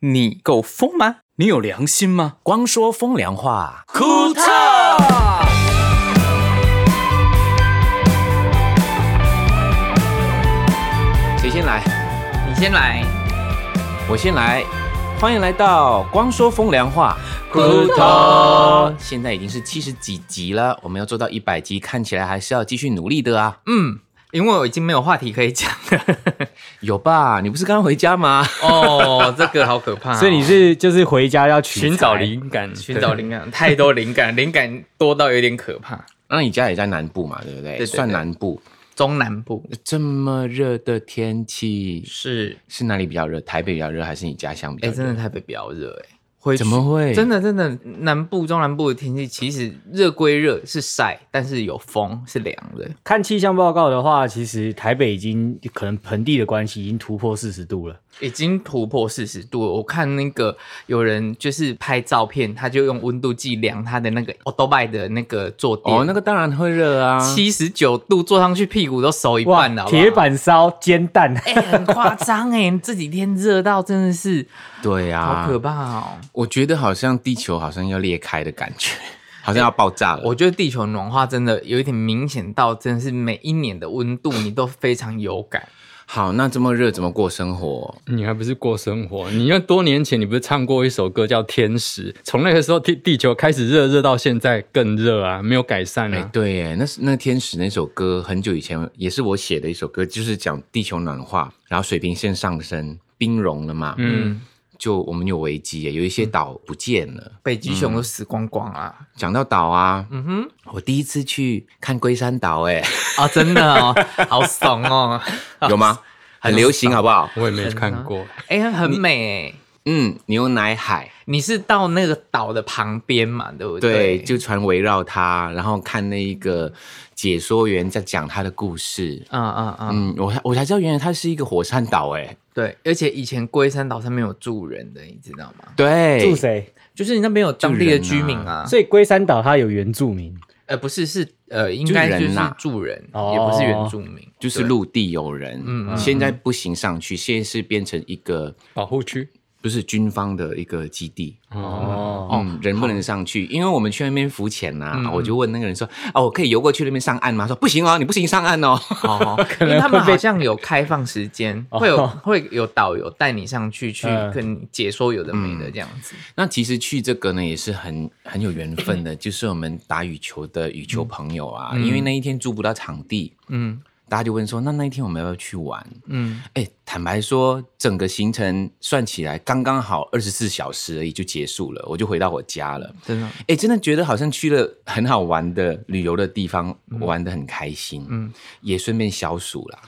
你够疯吗？你有良心吗？光说风凉话，库特。谁先来？你先来。我先来。欢迎来到光说风凉话，库特。现在已经是七十几集了，我们要做到一百集，看起来还是要继续努力的啊。嗯，因为我已经没有话题可以讲了。有吧？你不是刚回家吗？ 哦，这个好可怕哦、所以你是就是回家要取寻材找灵感，寻找灵感，太多灵感，灵感多到有点可怕。那你家也在南部嘛，对不对？对对算南部。中南部这么热的天气，是，是哪里比较热？台北比较热，还是你家乡比哎、较热？真的台北比较热哎、回去怎么会？真的真的，南部中南部的天气其实热归热，是晒，但是有风是凉的。看气象报告的话，其实台北已经可能盆地的关系已经突破四十度了。已经突破四十度了。我看那个有人就是拍照片，他就用温度计量他的那个 o t o b i 的那个坐垫，哦，那个当然会热啊。七十九度坐上去，屁股都熟一半了好不好铁。板烧煎蛋，哎、很夸张哎！ 这几天热到真的是对啊，好可怕哦！我觉得好像地球好像要裂开的感 觉，好像要爆炸了。我觉得地球暖化真的有一点明显到，真的是每一年的温度你都非常有 感。好，那这么热怎么过生活？你还不是过生活？你要多年前你不是唱过一首歌叫《天使》？从那个时候地地球开始热，热到现在更热啊，没有改善哎、啊。对耶，那是那天使那首歌，很久以前也是我写的一首歌，就是讲地球暖化，然后水平线上升，冰融了嘛，嗯，就我们有危机耶，有一些岛不见了。北极熊都死光光啦！讲到岛啊，嗯哼，我第一次去看龟山岛， 哎，啊、真的哦，好怂哦！有吗？ 很流行，好不好？我也没看过。哎、很美哎、嗯，牛奶海，你是到那个岛的旁边嘛，对不对，对，就船围绕它，然后看那一个解说员在讲他的故事。嗯嗯嗯，嗯，我才我才知道原来它是一个火山岛，哎，对。而且以前龟山岛上面有住人的，你知道吗？对住，谁？就是那边有当地的居民住人啊，所以龟山岛它有原住民，呃，不是是呃，应该就是住人，哦也不是原住民，就是陆地有人。嗯嗯嗯现在不行上去，现在是变成一个保护区不是军方的一个基地。哦，哦、人不能上去，因为我们去那边浮潜呐、嗯嗯我就问那个人说：“啊，我可以游过去那边上岸吗？”他说：“不行哦，你不行上岸哦。 对。哦，因为他们好像有开放时间，会有会有导游带你上去去嗯跟你解说有的没的这样子。”那其实去这个呢也是很很有缘分 的，就是我们打羽球的羽球朋友啊，因为那一天租不到场地，嗯大家就问说：“那那一天我们要不要去玩？”嗯，哎，坦白说，整个行程算起来刚刚好二十四小时而已就结束了，我就回到我家了。真的，哎，真的觉得好像去了很好玩的旅游的地方，玩的很开心，嗯嗯，也顺便消暑啦。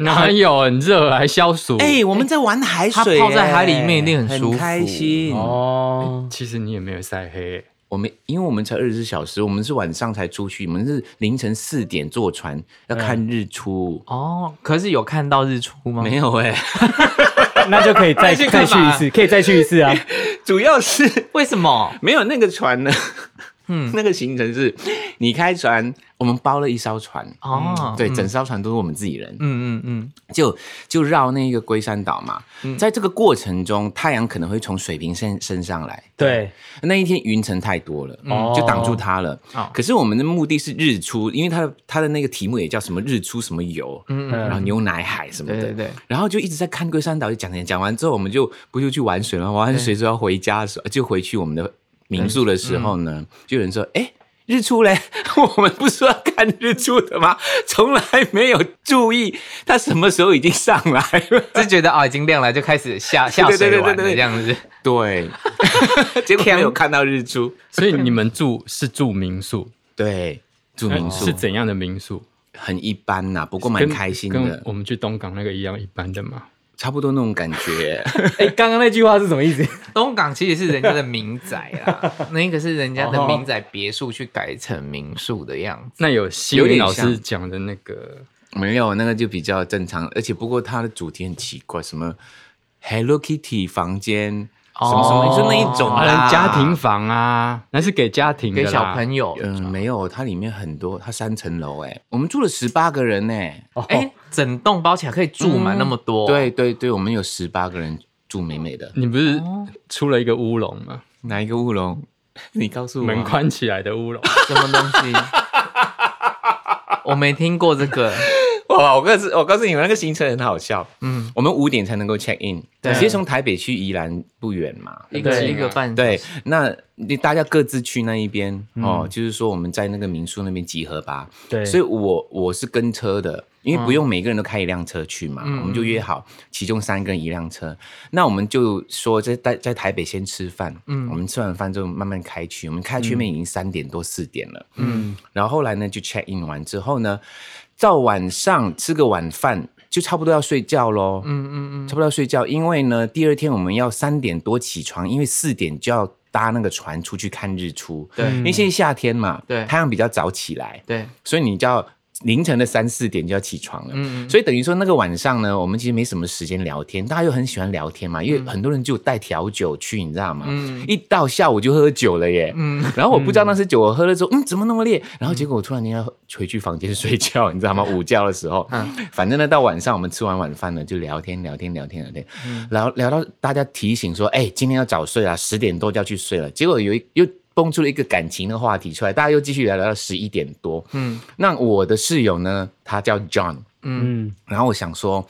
哪有很热还消暑？哎、我们在玩海水、哎它泡在海里面一定很很舒服开嗯心。哦，其实你也没有晒黑，我们因为我们才二十四小时，我们是晚上才出去，我们是凌晨四点坐船嗯要看日出，哦，可是有看到日出吗？没有哎、那就可以再去再干去嘛一次，可以再去一次啊。 主要是为什么？没有那个船呢。嗯， 那个行程是，你开船，我们包了一艘船，哦，对，整艘船都是我们自己人，嗯嗯嗯，就就绕那个龟山岛嘛。在这个过程中，太阳可能会从水平线升上来，对，那一天云层太多了，哦就挡住它了。嗯哦可是我们的目的是日出，因为它的它的那个题目也叫什么日出什么游，嗯然后牛奶海什么的，对对对。然后就一直在看龟山岛，就讲讲讲完之后，我们就不就去玩水吗？玩完水之后要回家的时候，就回去我们的民宿的时候嗯呢，就有人说：“哎、日出嘞！ 我们不是要看日出的吗？从来没有注意它什么时候已经上来了。 就觉得啊、已经亮了，就开始下下对对水对玩对了对这样 子。”对， 结果没有看到日出。所以你们住是住民宿，对，住那民嗯宿、是怎样的民宿？很一般呐、不过我嗯蛮开心跟的，我们去东港那个一样一般的嘛。差不多那种感觉。哎，刚刚那句话是什么意思？东港其实是人家的民宅啦，那个是人家的民宅别墅去改成民宿的样子。那有西有云点老像师讲的那个没有那个就比较正常，而且不过它的主题很奇怪，什么 Hello Kitty 房间，哦什么什么，就那一种懂华啦人啊，家庭房啊，那是给家庭的给啦小朋友，嗯、没有，它里面很多，它三层楼哎，我们住了十八个人哎，哦，嗯哎、整栋包起来可以住满那么多，对对对，我们有十八个人住美美的。你不是出了一个乌龙吗？哪一个乌龙？ 你告诉我。啊门关起来的 乌龙，什么东西？我没听过这 个，哇！我告诉我告诉你们，那个行程很好笑。嗯，我们五点才能够 check in，对其实从台北去宜兰不远嘛。一个对一个半，对，那你大家各自去那一边、哦，就是说我们在那个民宿那边集合吧。对，所以我我是跟车的，因为不用每个人都开一辆车去嘛，嗯我们就约好其中三个人一辆车。那我们就说在在在台北先吃饭，嗯，我们吃完饭之后慢慢开去，我们开去面已经三点多四点了，嗯，然后后来呢就 check in 完之后呢，到晚上吃个晚饭。就差不多要睡觉喽，嗯嗯嗯，差不多要睡觉，因为呢，第二天我们要三点多起床，因为四点就要搭那个船出去看日出，对因为现在夏天嘛，对太阳比较早起来，对，所以你就要凌晨的三四点就要起床了。嗯所以等于说那个晚上呢，我们其实没什么时间聊天，大家又很喜欢聊天嘛，因为很多人就带调酒去，你知道吗？嗯一到下午就喝酒了耶。嗯然后我不知道那是酒，我喝了之后，嗯，怎么那么烈？然后结果我突然间要回去房间睡觉，你知 道吗？午觉的时候，嗯反正呢，到晚上我们吃完晚饭呢，就聊天聊天聊天聊天，嗯聊聊到大家提醒说，哎，今天要早睡啊，十点多就要去睡了。结果有一又蹦出了一个感情的话题出来，大家又继续聊聊到十一点多。嗯那我的室友呢，他叫 John，嗯嗯，然后我想说，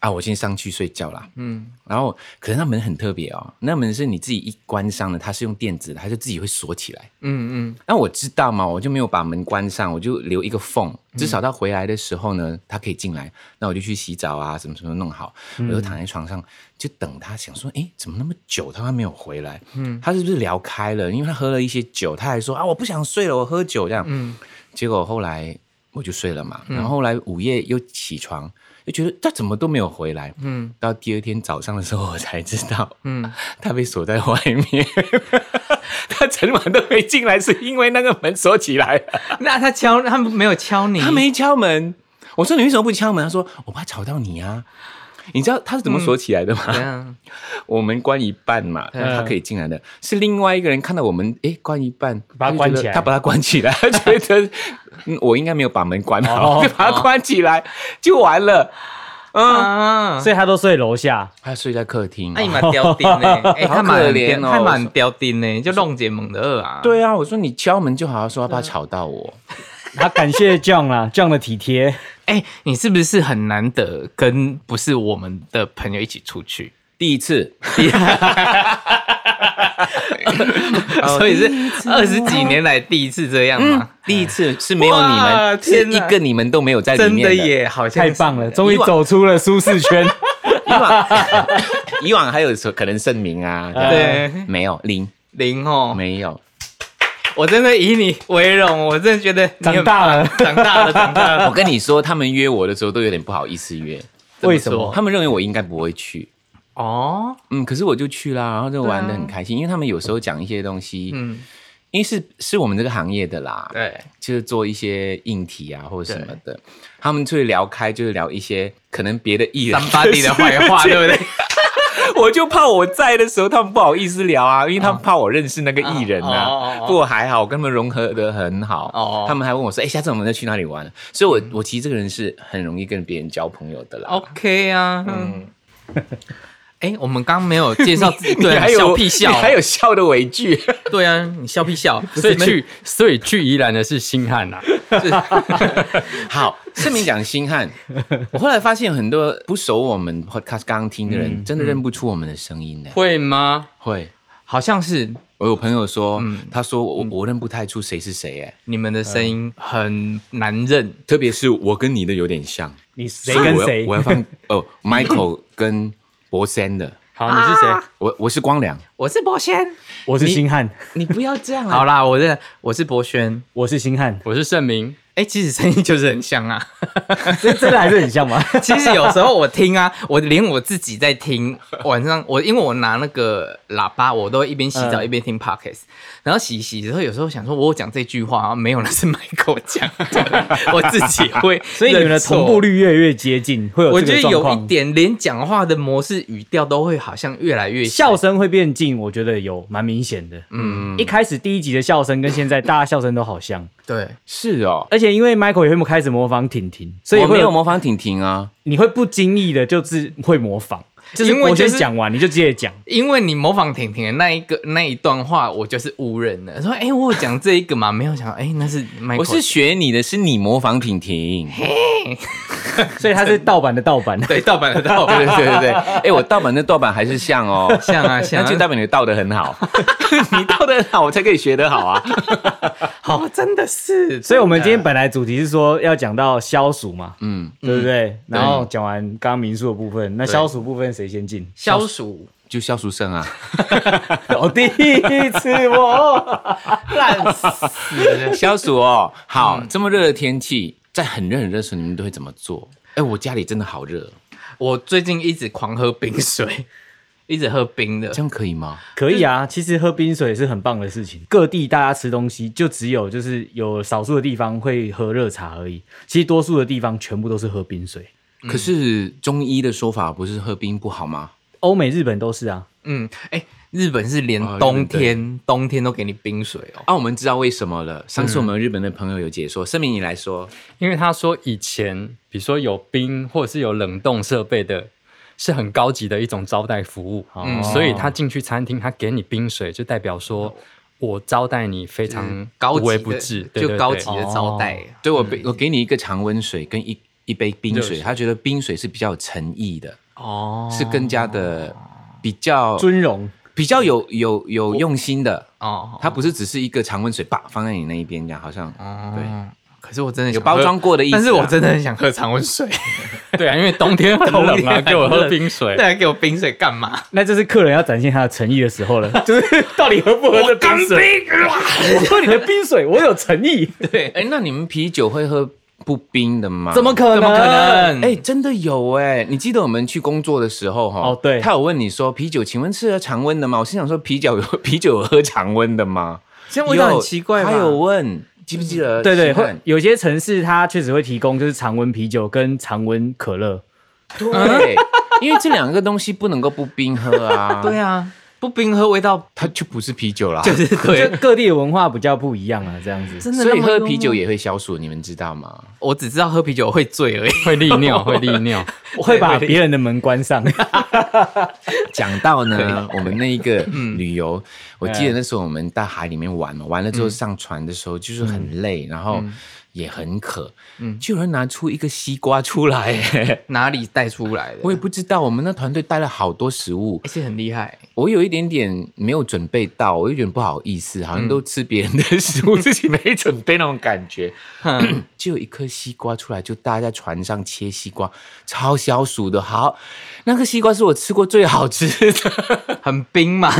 啊，我先上去睡觉啦。嗯，然后，可是那门很特别哦，那门是你自己一关上的，它是用电子的，它就自己会锁起来。嗯嗯，那我知道嘛，我就没有把门关上，我就留一个缝，至少他回来的时候呢，他可以进来。那我就去洗澡啊，什么什么弄好，我就躺在床上就等他，想说，诶，怎么那么久他还没有回来？嗯，他是不是聊开了？因为他喝了一些酒，他还说啊，我不想睡了，我喝酒这样。嗯，结果后来我就睡了嘛，然后后来午夜又起床，就觉得他怎么都没有回来。嗯嗯，到第二天早上的时候，我才知道， 嗯，他被锁在外面， 他整晚都没进来，是因为那个门锁起来了，那他敲，他没有敲你，他，没敲门。我说你为什么不敲门？他说我怕吵到你啊。你知道他是怎么锁起来的吗？怎样？我们关一半嘛，嗯他可以进来的。是另外一个人看到我们，诶，关一半，把它关他起来就觉得他把它关起来， 他觉得嗯我应该没有把门关好，哦就 把它关起来，就完了。嗯，啊，所以他都睡楼下， 他睡在客厅。那你蛮刁定呢， 哎，好他可蛮怜刁，哦他蛮刁定呢，就弄解猛的二啊，，对啊，我说你敲门就好，他说他怕吵到我。他感谢 John 啦，John 的体贴，哎，你是不是很难得跟不是我们的朋友一起出去？第一次， 所以是二十几年来第一次这样吗？啊第一次是没有你哇们，是天一哪个你们都没有在里嗯真面的。耶，好像太是棒了，终于走出了舒适圈。以往 以往还有什可能盛名啊，对没有零，零哦，没有。我真的以你为荣，我真的觉得你长很大了，长大了，长大我了，跟你说，他们约我的时候都有点不好意思约，为什么他们认为我应该不会去。 哦，嗯，可是我就去啦，然后就玩的很开心，因为他们有时候讲一些东西，啊嗯，因为是是我们这个行业的啦，对，就是做一些硬体啊或者什么的，他们就会聊开，就是聊一些可能别的艺人三八弟的坏 话，对不对？ 我就怕我在的时候他们不好意思聊啊，因为他们怕我认识那个艺人啊。哦哦哦哦不过还好，我跟他们融合的很好。哦嗯他们还问我说：“哎、下次我们再去哪里玩？”所以我，我其实这个人是很容易跟别人交朋友的啦。 OK 啊，嗯， 哎、我们刚没有介绍自己，你对啊，还有笑屁笑你，还有笑的尾句，对啊，你笑屁笑，所以去所以去宜兰的是星汉啊 呐、 好，盛明讲星汉，我后来发现很多不熟我们 podcast 刚刚听的嗯人，真的认不出我们的声音呢、会吗？会，好像是我有朋友说，嗯他说我我认不太出谁是谁，哎，你们的声音很难认，特别是我跟你的有点像，你谁跟所以谁哎我要我？要 放哦，Michael 跟博森的，好，你是谁？我我是光良，我是博轩，我是星汉，你不要这样啊 好，啦，我的我是博轩，我是星汉，我是盛明。哎、其实声音就是很像啊，这 真的还是很像吗？ 其 实有时候我听啊，我连我自己在听，晚上我因为我拿那个喇叭，我都会一边洗澡嗯一边听 podcast，、然后洗一洗之后，有时候想说我有讲这句话，没有，那是 Michael 讲的，我自己会认错，所以你们的同步率越来越接近，会有我这觉个得状有一况。点，连讲话的模式、语调都会好像越来越笑声会变近，我觉得有蛮明显的。嗯，一开始第一集的笑声跟现在大家笑声都好像，对，是哦，而且因为 Michael 也会开始模仿婷婷，所以我会没有有模仿婷婷啊，你会不经意的就是会模仿。就是因为我就先是讲完，你就直 接讲。因为你模仿婷婷的那一个那一段话，我就是误认了。说，哎、我有讲这一个嘛？没有想到，哎、那是 Michael 我是学你的，是你模仿婷婷。所以它是盗版的盗版，对盗版 的盗版 对的对对对，哎、我盗版的盗版还是 像哦，像啊像那啊就代表你盗的很 好，你盗的很好，我才可以学得好啊。好，真的 啊是。？所以我们今天本来主题是说要讲到消暑嘛，嗯，对不对？然后讲完刚刚民宿的部分，那消暑部分谁先进消暑 就消暑胜啊，我第一次我，烂死了，消暑哦。好，这么热的天气，在很热很热的时候，你们都会怎么做？哎、我家里真的好热，我最近一直狂喝冰水，一直喝冰的这。样可以吗？ 可以啊。其实喝冰水是很棒的事情。各地大家吃东西，就只有就是有少数的地方会喝热茶而已，其实多数的地方全部都是喝冰水。可是中医的说法不是喝冰不好吗？欧美、日本都是啊，嗯，哎、日本是连哦冬日本对天、冬天都给你冰水哦。啊，我们知道为什么了。上次我们日本的朋友有解说，盛明你来说，因为他说以前，比如说有冰或者是有冷冻设备的，是很高级的一种招待服务，嗯所以他进去餐厅，他给你冰水，就代表说我招待你非常哦嗯高嗯无微级不的至，对就高级。对对哦的招待。对我给我给你一个常温水跟一一杯冰热水，水他觉得冰水是比较有诚意的，哦是更加的比较尊荣。比较有有有用心的，哦，它不是只是一个常温水吧放在你那一边这样，好像对。哦可是我真的有想喝包装过的意思啊。但是我真的很想喝常温水，对啊，因为冬天 很冷啊，给我喝冰水对。啊，给我冰水干嘛？那这是客人要展现他的诚意的时候 了，就是到底喝不喝这冰啊水？我 喝你的冰水，我有诚意，对，哎，那你们啤酒会喝不冰的吗？怎么可能？怎么可能？哎、真的有哎、你记得我们去工作的时候哈，哦对他有问你说啤酒，请问是喝常温的吗？我心想说啤酒有 啤酒有喝常温的吗？现在味道有很奇怪嗯吧他有问，记不记得？对对，请会问有些城市它确实会提供就是常温啤酒跟常温可乐，对，因为这两个东西不能够不冰喝 啊。对啊，啊，不冰喝味道它就不是啤酒啦。就是就对，各地的文化比较不一样啊，这样子。真的所以那么喝幽默啤酒，也会消暑，你们知道吗？我只知道喝啤酒会醉而已。会利尿，会利尿。 我会把别人的门关上，讲到呢，我们那一 个嗯旅游，我记得那时候我们到海里面玩嘛，玩了嗯之后上船的时候就是很累，然后也很渴，嗯就有人拿出一个西瓜出来， 哎哪里带出来的？我也不知道，我们那团队带了好多食物而，且很厉害，我有一点点没有准备到，我有点不好意思，好像都吃别人的食 物，自己没准备那种感觉。 就有一颗西瓜出来，就大家在船上切西瓜，超消暑的。好，那个西瓜是我吃过最好吃 的。很冰嘛。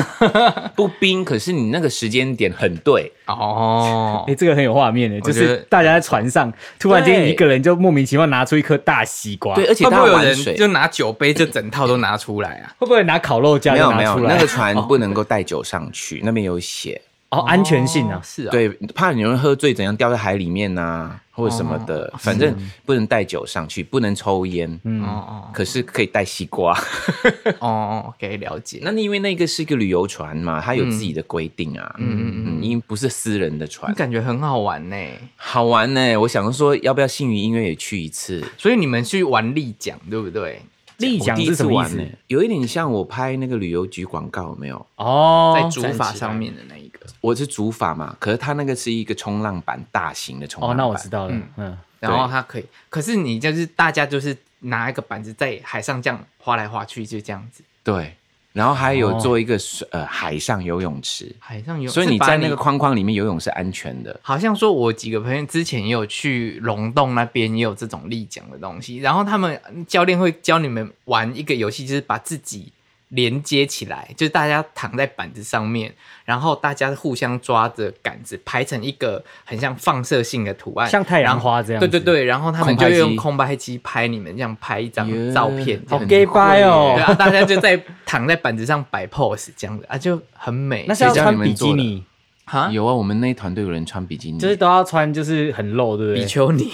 不冰，可是你那个时间点很对，哦哎，，这个很有画面的，就我觉是得大家在船上，突然间对一个人就莫名其妙拿出一颗大西瓜，对，会而且会不它会有玩人水 就拿酒杯就整套都拿出来啊？不会拿烤肉架没就有没拿有出那来个？船不能够带酒上去，那边有写，哦，安全性哦，啊是啊，，对，怕有人喝醉怎样掉在海里面呐、或者什么的，反正不能带酒上去，不能抽烟，哦嗯，哦可是可以带西瓜。 哦，OK，了解。那因为那个是一个旅游船嘛，它有自己的规定啊，嗯嗯嗯，因为不是私人的船那，感觉很好玩呢，好玩呢、我想说要不要信云音乐也去一次。所以你们去玩立奖对不对？立我桨第一是次什么意玩思呢、？有一点像我拍那个旅游局广告，有没有？哦，在竹筏上面的那一个，我是竹筏嘛，可是它那个是一个冲浪板，大型的冲浪哦，板。那我知道了，嗯，然后它可以，可是你就是大家就是拿一个板子在海上这样划来划去，就这样子。对，然后还有哦做一个水、呃海上游泳池，海上有，所以你是把在那个框框里面游泳是安全的。好像说，我几个朋友之前也有去龙洞那边也有这种立桨的东西，然后他们教练会教你们玩一个游戏，就是把自己连接起来，就是大家躺在板子上面，然后大家互相抓着杆子排成一个很像放射性的图案，像太阳花这样对对子，对，然后他们空拍就机用空拍机拍你们，这样拍一张耶照片，这样好很 gay 酷 bye 哦对耶啊，大家就在躺在板子上摆 pose 这样子啊，就很美。那是要谁教穿你们比基做的尼，哈，有啊，我们那一团队有人穿比基尼，就是都要穿就是很露，对不对？ 比丘尼，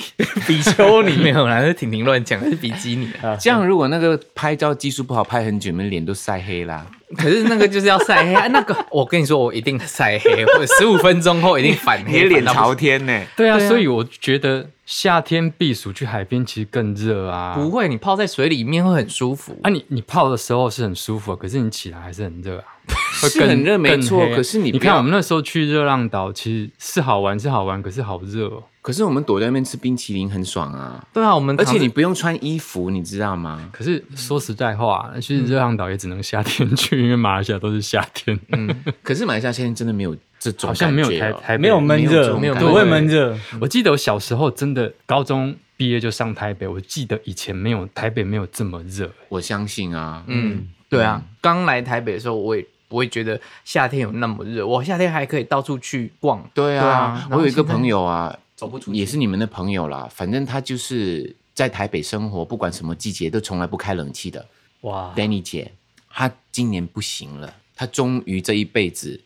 比丘尼没有啦，是婷婷乱讲，是比基尼啊。 这样。如果那个拍照技术不好，拍很久，你们脸都晒黑啦。 可是那个就是要晒黑，啊那个我跟你说，我一定晒黑， 或者十五分钟后一定反黑，反到不行天呢、对啊，所以我觉得夏天避暑去海边其实更热啊。不会，你泡在水里面会很舒服。哎啊你，你泡的时候是很舒服，可是你起来还是很热啊，会是很热没更错黑啊可是你你不要看我们那时候去热浪岛，其实是好玩是好玩，可是好热哦。可是我们躲在那边吃冰淇淋很爽啊，对啊，我们而且躺你不用穿衣服，你知道吗？可是说实在话，嗯其实热浪岛也只能夏天去，因为马来西亚都是夏 天，可是马来西亚现在真的没有这种好像没有嗯感觉台哦台北没有闷热，没有这种不会闷热，我记得我小时候真的高中毕业就上台北，我记得以前没有台北没有这么热、我相信啊，嗯，对啊，刚来台北的时候，我也我也觉得夏天有那么热，我夏天还可以到处去逛。对啊，我有一个朋友友啊，走不出去也是你们的朋友啦，反正他就是在台北生活，不管什么季节都从来不开冷气的。哇， Danny 姐，她今年不行了，她终于这一辈子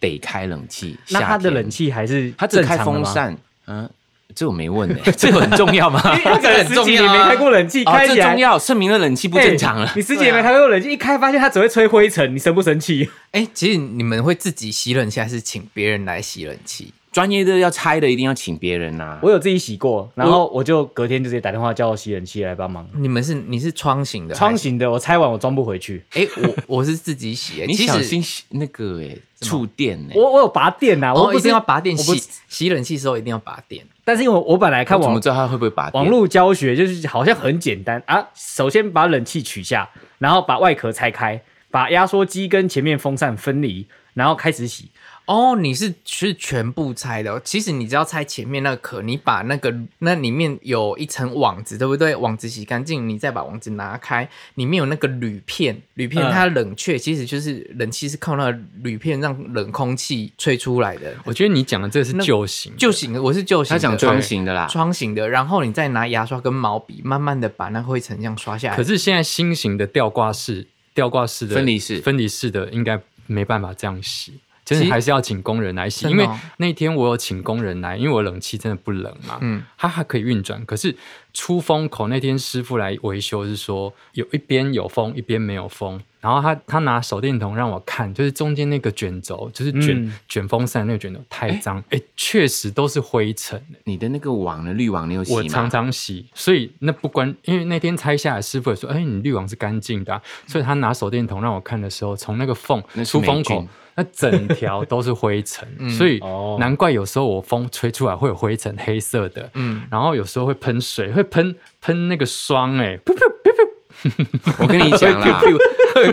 得开冷气。那夏它的天冷，气还是她只正开常的风 吗，扇，嗯、这我没问呢、这很重要吗？他可能这很十重几要啊年没开过冷气，哦，开这起来重要，证明了冷气不正常啊了哎。你十几年没开过冷气，一开发现它只会吹灰尘，你生不生气？哎、其实你们会自己洗冷气，还是请别人来洗冷气？专业的要拆的，一定要请别人啊啦、我有自己洗过，然后我就隔天就直接打电话叫我洗冷气来帮忙。你们是你是窗型的，窗？型的我拆完我装不回去，哎、我我是自己洗、哎你其实小心那个哎、触电哎、我我有拔电呐、啊，我我不哦一是定要拔电我不洗，洗冷气的时候一定要拔电。但是因为我本来看我怎么网知道他会不会拔电网络教学就是好像很简单啊，首先把冷气取下，然后把外壳拆开，把压缩机跟前面风扇分离，然后开始洗。哦，你是是全部拆的哦。其实你只要拆前面那个壳，你把那个那里面有一层网子，对不对？网子洗干净，你再把网子拿开，里面有那个铝片，铝片嗯它冷却，其实就是冷气是靠那个铝片让冷空气吹出来的。我觉得你讲的这个是旧型，旧型的，我是旧型他的，讲窗型的啦，窗型的，然后你再拿牙刷跟毛笔，慢慢的把那灰尘这样刷下来。可是现在新型的吊挂式、吊挂式的分离式分离式的应该没办法这样洗。真的其还是要请工人来洗，真因的为哦那天我有请工人来，因为我冷气真的不冷嘛，嗯它还可以运转。可是出风口那天师傅来维修是说有一边有风，一边没有风，然后他他拿手电筒让我看，就是中间那个卷轴，就是卷、嗯卷风扇那个卷轴太脏，哎、确实都是灰尘、你的那个网的滤网你有洗吗？我常常洗，所以那不关，因为那天拆下来，师傅也说，哎、你滤网是干净的啊、所以他拿手电筒让我看的时候，从那个缝嗯那是嗯出风霉口菌，那整条都是灰 尘，所以哦难怪有时候我风吹出来会有灰尘，黑色的，嗯，然后有时候会喷水，会喷喷那个霜、哎，噗噗我 跟你讲啦，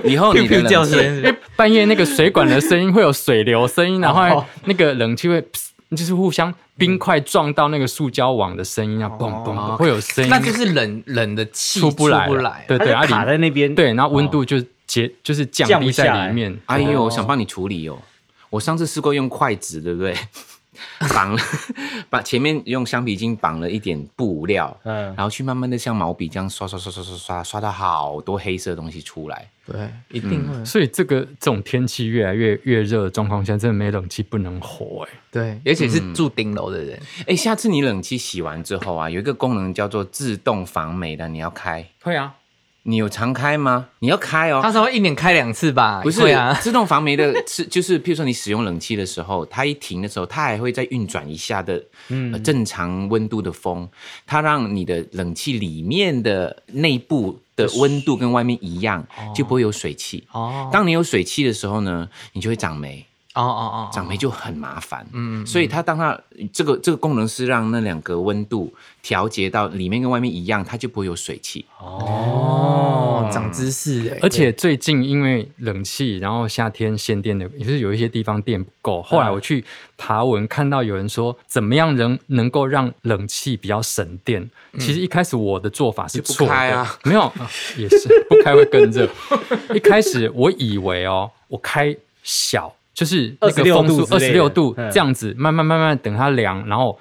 以后你的冷气哎因为 半夜那个水管的声音会有水流 声音，然后还那个冷气会。哦噗就是互相冰块撞到那个塑胶网的声音啊，哦嘣嘣嘣，会有声音。那就是冷冷的气出不来了，出不来对它对，就啊卡里在那边。哦对，然后温度就结就是降降低不下在来里面。哎呦，我想帮你处理哦。我上次试过用筷子，对不对？绑了，把前面用橡皮筋绑了一点布料，嗯然后去慢慢的像毛笔这样刷刷刷刷刷刷，刷到好多黑色的东西出来。对，一定会。所以这个这种天气越来越越热的状况下，真的没冷气不能活哎、对，而且是嗯住顶楼的人，哎，下次你冷气洗完之后啊，有一个功能叫做自动防霉的，你要开。会啊，你有常开吗？你要开哦。他稍微一年开两次吧，不是会啊，自动防霉的是，就是譬如说你使用冷气的时候，它一停的时候，它还会再运转一下的，呃嗯正常温度的风，它让你的冷气里面的内部的温度跟外面一样，就不会有水汽。哦当你有水汽的时候呢，你就会长霉，哦哦哦，长霉就很麻烦。嗯，所以它当它这个这个功能是让那两个温度调节到里面跟外面一样，它就不会有水汽。哦，长知识哎，而且最近因为冷气，然后夏天限电的，也就是有一些地方电不够。后来我去爬文看到有人说，怎么样能能够让冷气比较省电？其实一开始我的做法是就不错的，开啊没有、啊也是不开会更热。一开始我以为哦，我开小就是那个26风度速之二类十的六度嗯这样子，慢慢慢慢等它凉，然后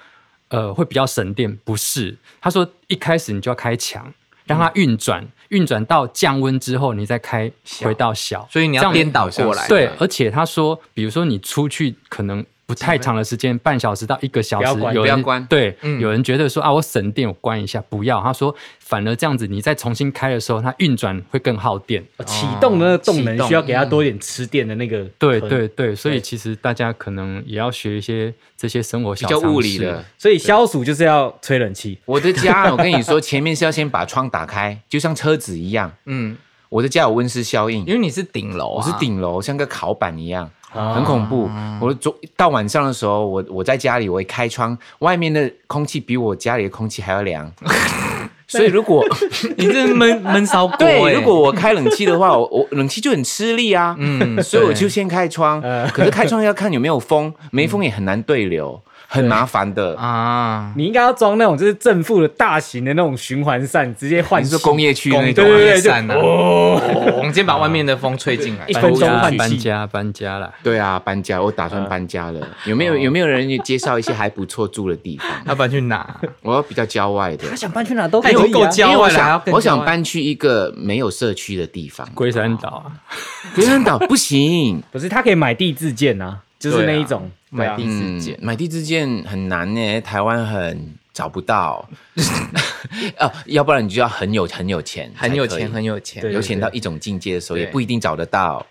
呃会比较省电。不是，他说一开始你就要开强，让它运转，运转到降温之后，你再开回到小。所以你这要样颠倒过来，对来，而且他说，比如说你出去可能。不不太长的时间，半小时到一个小不要时，关有不要人关对，嗯有人觉得说啊，我省电，我关一下，不要。他说，反而这样子，你再重新开的时候，它运转会更耗电。哦启动的那个动启能动需要给它多一点吃电的那个，对对。对，所以其实大家可能也要学一些这些生活比小较物理常识的。所以消暑就是要吹冷气，我的家，我跟你说，前面是要先把窗打开，就像车子一样。嗯，我的家有温室效应因，为你是顶楼我啊，是顶楼，像个烤板一样，很恐怖。我昨到晚上的时候，我我在家里，我一开窗，外面的空气比我家里的空气还要凉。 所以如果你是 闷闷烧锅欸。对，如果我开冷气的话，我我冷气就很吃力啊。嗯，所以我对就先开窗，可是开窗要看有没有风，没风也很难嗯对流，很麻烦的。啊，你应该要装那种就是正负的大型的那种循环扇，直接换你是说气工业区那拱种对对啊？对就散啊，哦我们先把外面的风吹进 来一。分搬钟家换搬气，家搬家啦，对啊，搬家，我打嗯算搬家了。哦有没有有没有人介绍一些还不错住的 地方？要不然去哪？我要比较郊外的他，想搬去哪都可哎以、有啊。够因焦为我外了，还要想更我郊想外。搬去一个没有社区的 地方。龟山岛啊，龟山岛不行，不是，他可以买地自建啊，就是那一种。对啊对啊买地 嗯自建，买地自建很难呢，台湾很找不到。 哦，要不然你就要很有很有钱，很有钱，很有钱。对有钱到一种境界的时候，对也不一定找 得到。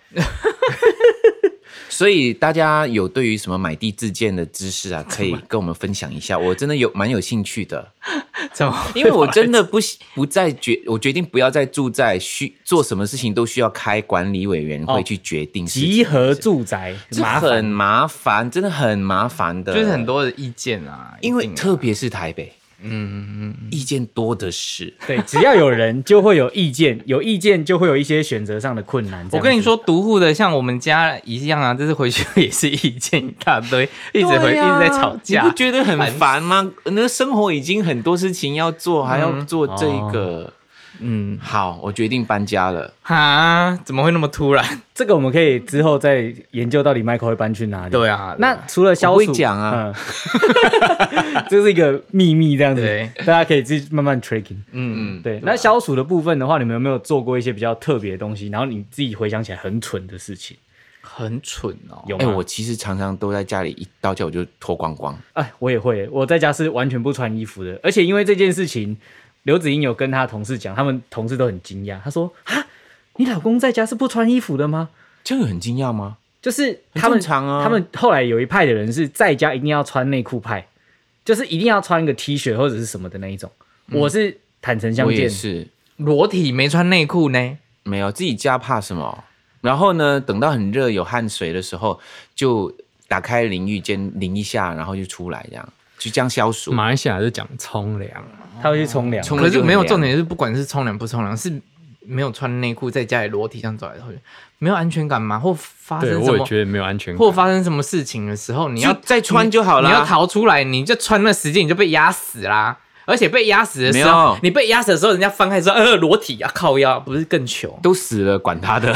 所以大家有对于什么买地自建的知识 啊，可以跟我们分享一下，我真的有蛮有兴趣的，怎么？ 因为我真的不喜不再决，我决定不要再住在需做什么事情都需要开管理委员会哦去决定事情，集合住宅，这麻很烦。麻烦，真的很麻烦的，就是很。多的意见啊，因为一定啊特别是台北，嗯嗯嗯，意见多 的是。对，只要有人就会有意见， 有意见就会有一些选择上的困难。这我样跟你子，说，独户的像我们家一样啊，这次回去 也是意见一大堆，一直回、对啊一直在吵架，你不觉得很烦吗？那生活已经很多事情要做，还要做这个。嗯，好，我决定搬家了。哈，怎么会那么突然？ 这个我们可以之后再研究到底 Michael 会搬去哪里。对啊，那除了消我不暑，会讲啊嗯， 这是一个秘密，这样子对，大家可以自己慢慢 tracking。嗯，嗯，对，那消暑的部分的话，你们有没有做过一些比较特别的东西？然后你自己回想起来很蠢的事情，很蠢哦，有哎、吗？我其实常常都在家里一到家我就脱光光。哎，我也会，我在家是完全不穿衣服的，而且因为这件事情，刘子英有跟她同事讲，他们同事都很惊讶，他说：“啊，你老公在家是不穿衣服的吗这样有很惊讶吗？？”就是他们很正常啊他们后来有一派的人是在家一定要穿内裤派，就是一定要穿个 T 恤或者是什么的那一种。我是坦诚相嗯我见也，是，裸体没穿内裤呢，没有自己家怕什么？然后呢，等到很热有汗水的时候，就打开淋浴间淋一下，然后就出来，这样就这样消暑。马来西亚是讲冲凉，啊他会去冲凉。冲了可就很是没有凉重点是，不管是冲凉不冲凉，是没有穿内裤在家里裸体这样走来走去，没有安全感吗？或发对生我什也么？觉得没有安全感或。发生什么事情的时候，你就要再穿就好啦你要逃出来，你就穿那时间你就被压死啦。而且被压死的时没候有，你被压死的时候，人家翻开说：“呃，裸体啊，靠腰，不是更糗都死了，管他的，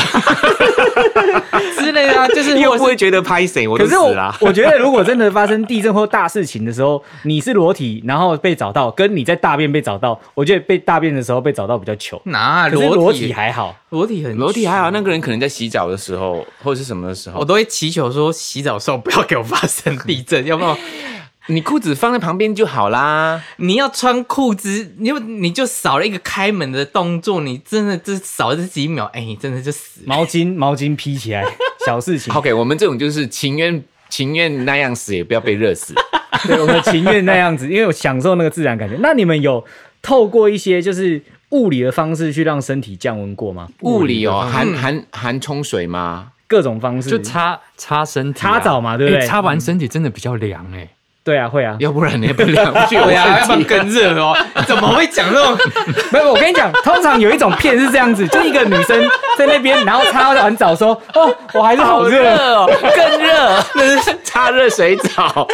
之类的啊。”就是 又或不者是会觉得拍谁，我可都是死我了。我觉得，如果真的发生地震或大事情的时候，你是裸体，然后被找到，跟你在大便被找到，我觉得被大便的时候被找到比较糗。哪可是裸体体还好，裸体很楼梯还糗好，那个人可能在洗澡的时候或者是什么的时我候，都会祈求说洗澡的时候不要给我发生地震， 要不然我你裤子放在旁边就好啦。你要穿裤子，你就你就少了一个开门的动作，你真的这少了这几秒，哎、你真的就死了。毛巾毛巾披起来，小事情。 OK，我们这种就是情愿情愿那样死，也不要被热死。对，我们情愿那样子，因为我享受那个自然感觉。那你们有透过一些就是物理的方式去让身体降温过吗？物理哦，含含含冲水吗？各种方式，就擦擦身体啊、擦澡嘛对不对哎擦完身体真的比较凉哎、对啊，会啊。要不然你也不了不去我对啊，要不自然己。更热哦。怎么会讲这种？没有，我跟你讲，通常有一种片是这样子，就一个女生在那边，然后擦完澡说：“哦，我还是好热。”哦，更热，那是擦热水 澡。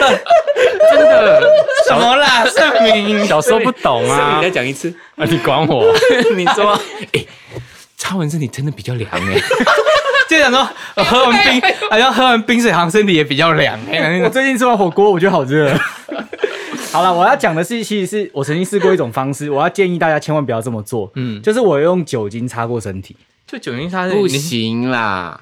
什么啦，盛明？小时候不懂啊 你，再讲一次，啊你管我？你说， 哎，擦完身体真的比较凉哎。就想说呃喝完冰，好像喝完冰水，好像身体也比较凉。哎我最近吃完火锅，我觉得好热。 好了，我要讲的是，其实是我曾经试过一种方式，我要建议大家千万不要这么做。嗯，就是我用酒精擦过身体，就酒精擦身体不 你行啦，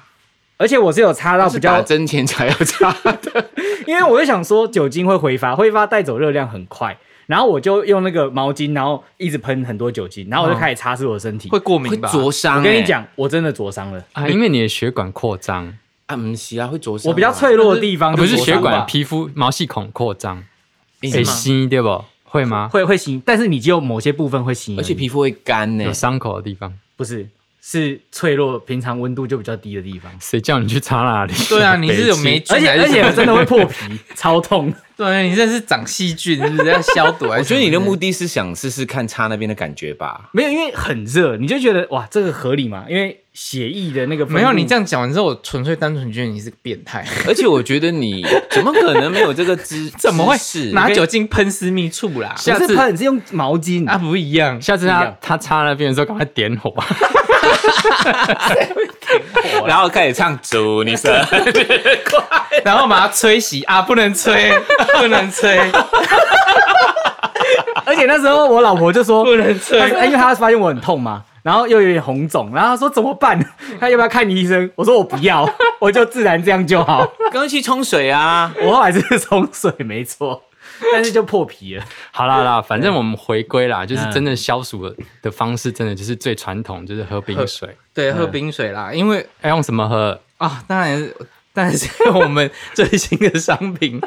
而且我是有擦到比是打较，针前才要擦的，因为我就想说酒精会挥发，挥发带走热量很快，然后我就用那个毛巾，然后一直喷很多酒精，然后我就开始擦拭我的身体。会过会敏吧？灼伤、欸我跟你，讲，我真的灼伤了，啊，因为你的血管扩张，啊，不是啊，会灼伤啊、我比较脆弱的地呃方啊就不是灼血伤管，吧皮肤毛细孔扩张，欸，会吗吸对不？会吗？会会醒，但是你只有某些部分会醒，而且皮肤会干欸呢、有伤口的地方，不是是脆弱，平常温度就比较低的地方。谁叫你去擦哪里？对啊，你是 有霉没？菌而且还是而什么，且真的会破 皮，超痛。对，啊你这是长细菌，是不是要消毒？我我觉得你的目的是想试试看擦那边的感觉吧。没有，因为很热，你就觉得哇，这个合理嘛？因为血液的那个分布没有，你这样讲完之后，我纯粹单纯觉得你是个变态，而且我觉得你怎么可能没有这个知？怎么会是？拿酒精喷私密处啦？不是喷，是用毛巾啊，不一样，下次一他样他擦那边的时候，赶快点火。然后开始唱《祝你生日然后把它吹洗啊，不能吹， 不能吹，而且那时候我老婆就说， 不能她说吹。哎因为她发现我很痛嘛，然后又有点红肿，然后她说怎么办？ 她要不要看医生？我说我不要，我就自然这样就好。》，刚去冲水啊！我后来是冲水，没错，但是就破皮了。 好啦啦，反正我们回归啦，就是真的消暑的的方式，真的就是最传统，就是喝冰水。对，嗯喝冰水啦，因为要用什么喝？啊，当然是，当然是我们最新的商品，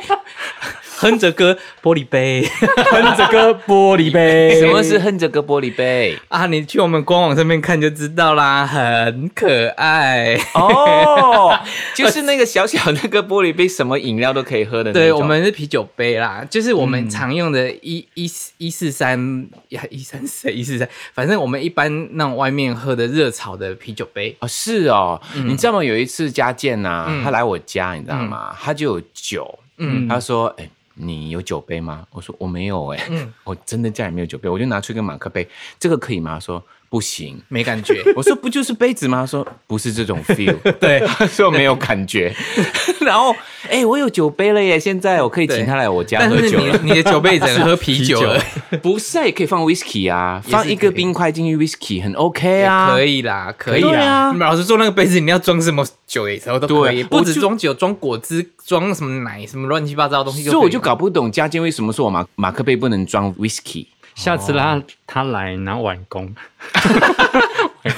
哼着歌玻璃杯喷着个玻璃杯，什么是恨这个玻璃杯？啊，你去我们官网上面看就知道啦，很可爱。哦， 就是那个小小那个玻璃杯，什么饮料都可以喝的那种。对，我们是啤酒杯啦，就是我嗯们常用的一一一四三呀，一三四一四三，反正我们一般那种外面喝的热炒的啤酒杯，哦，是哦，你知道吗？有一次家健呐、嗯他来我家，你知道吗？他就有酒，嗯他说：“哎、你有酒杯吗？”我说：“我没有、哎、嗯我真的家里没有酒杯。”我就拿出一个马克杯，这个可以吗？他说：“不行。没感觉。”我说：“不就是杯子吗？”他说：“不是这种 feel。”对，他说没有感觉， 然后 哎、我有酒杯了耶！现在我可以对请他来我家但喝是酒了。你你的酒杯只能喝啤酒而已，不是、啊，也可以放 whisky 啊，是放一可个以冰块进去 whisky 很 OK 也啊。可以啦，可以对啦。啊你们老师做那个杯子，你要装什么酒也都都可以，对不我止就装酒，装果汁，装什么奶，什么乱七八糟的东西。所以我就搞，不懂家健为什么说我马马克杯不能装 whisky。下次他他来拿碗工，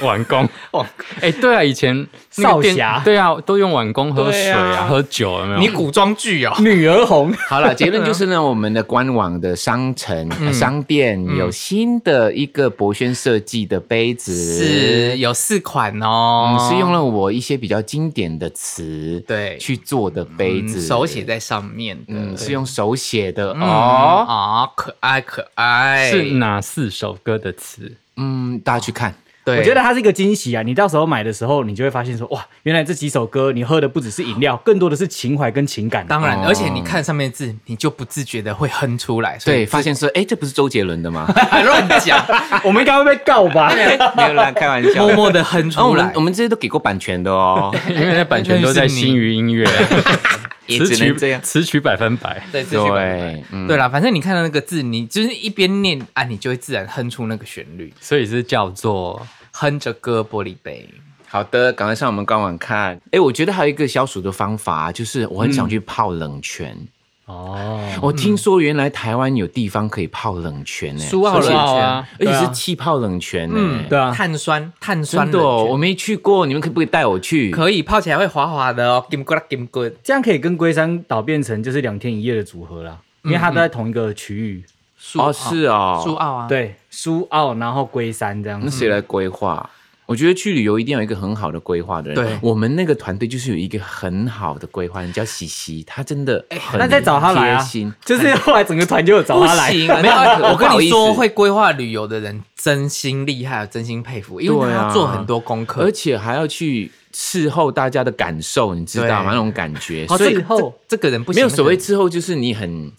碗工， 哎，对啊，以前那个店少侠对啊，都用碗工喝水对啊啊，喝酒有没有？你古装剧哦，女儿红， 好了，啊结论就是呢，我们的官网的商城、呃商店有新的一个博轩设计的杯子， 是有四款哦嗯，，是用了我一些比较经典的词对去做的杯嗯子，手写。在上面的，嗯，是用手写的嗯哦。啊，可爱可爱，是哪四首歌的词？嗯，大家去看。对，我觉得它是一个惊喜啊！你到时候买的时候，你就会发现说，哇，原来这几首歌你喝的不只是饮料，更多的是情怀跟情感。当然，哦而且你看上面的字，你就不自觉的会哼出来，所以对，发现说，哎，这不是周杰伦的吗？乱讲，我们应该会被告吧？ 没有啦，开玩笑。默默的哼 哦，我出们来我。们这些都给过版权的哦，因为那版权都在新余 音乐， 也词只曲能这样。词曲百分百。对自己本来 对，嗯对啦，反正你看到那个字，你就是一边念啊，你就会自然哼出那个旋律，所以是叫做哼着歌玻璃杯。好的，赶快上我们官网看。哎，我觉得还有一个消暑的方法，啊就是我很嗯想去泡冷泉。哦，我听说原来台湾有地方可以泡冷泉呢、苏澳冷苏澳泉啊，而且对啊是气泡冷泉呢、嗯，对啊碳酸碳酸真的、的哦，哦，我我没去过，你们可不可以带我去？哦可以泡起来会滑滑的哦，金棍啦金棍，这样可以跟龟山岛变成就是两天一夜的组合啦，嗯因为它都在同一个区域。哦，是哦，苏澳啊，，对，苏澳，然后龟山这样那子。谁来规划？我觉得去旅游一定要有一个很好的规划的人。对我们那个团队就是有一个很好的规划人，叫西西，他真的很 哎那再找他来啊贴心。，就是后来整个团就有找不他来。行，啊来没有，我不跟好你意思说，会规划旅游的人真心厉害，真心佩服，因为对他啊要做很多功而课，且还要去伺候大家的感受，你知道对吗？哦那种感觉，好所以这个这这个人不没行有所谓那个人之后，就是你很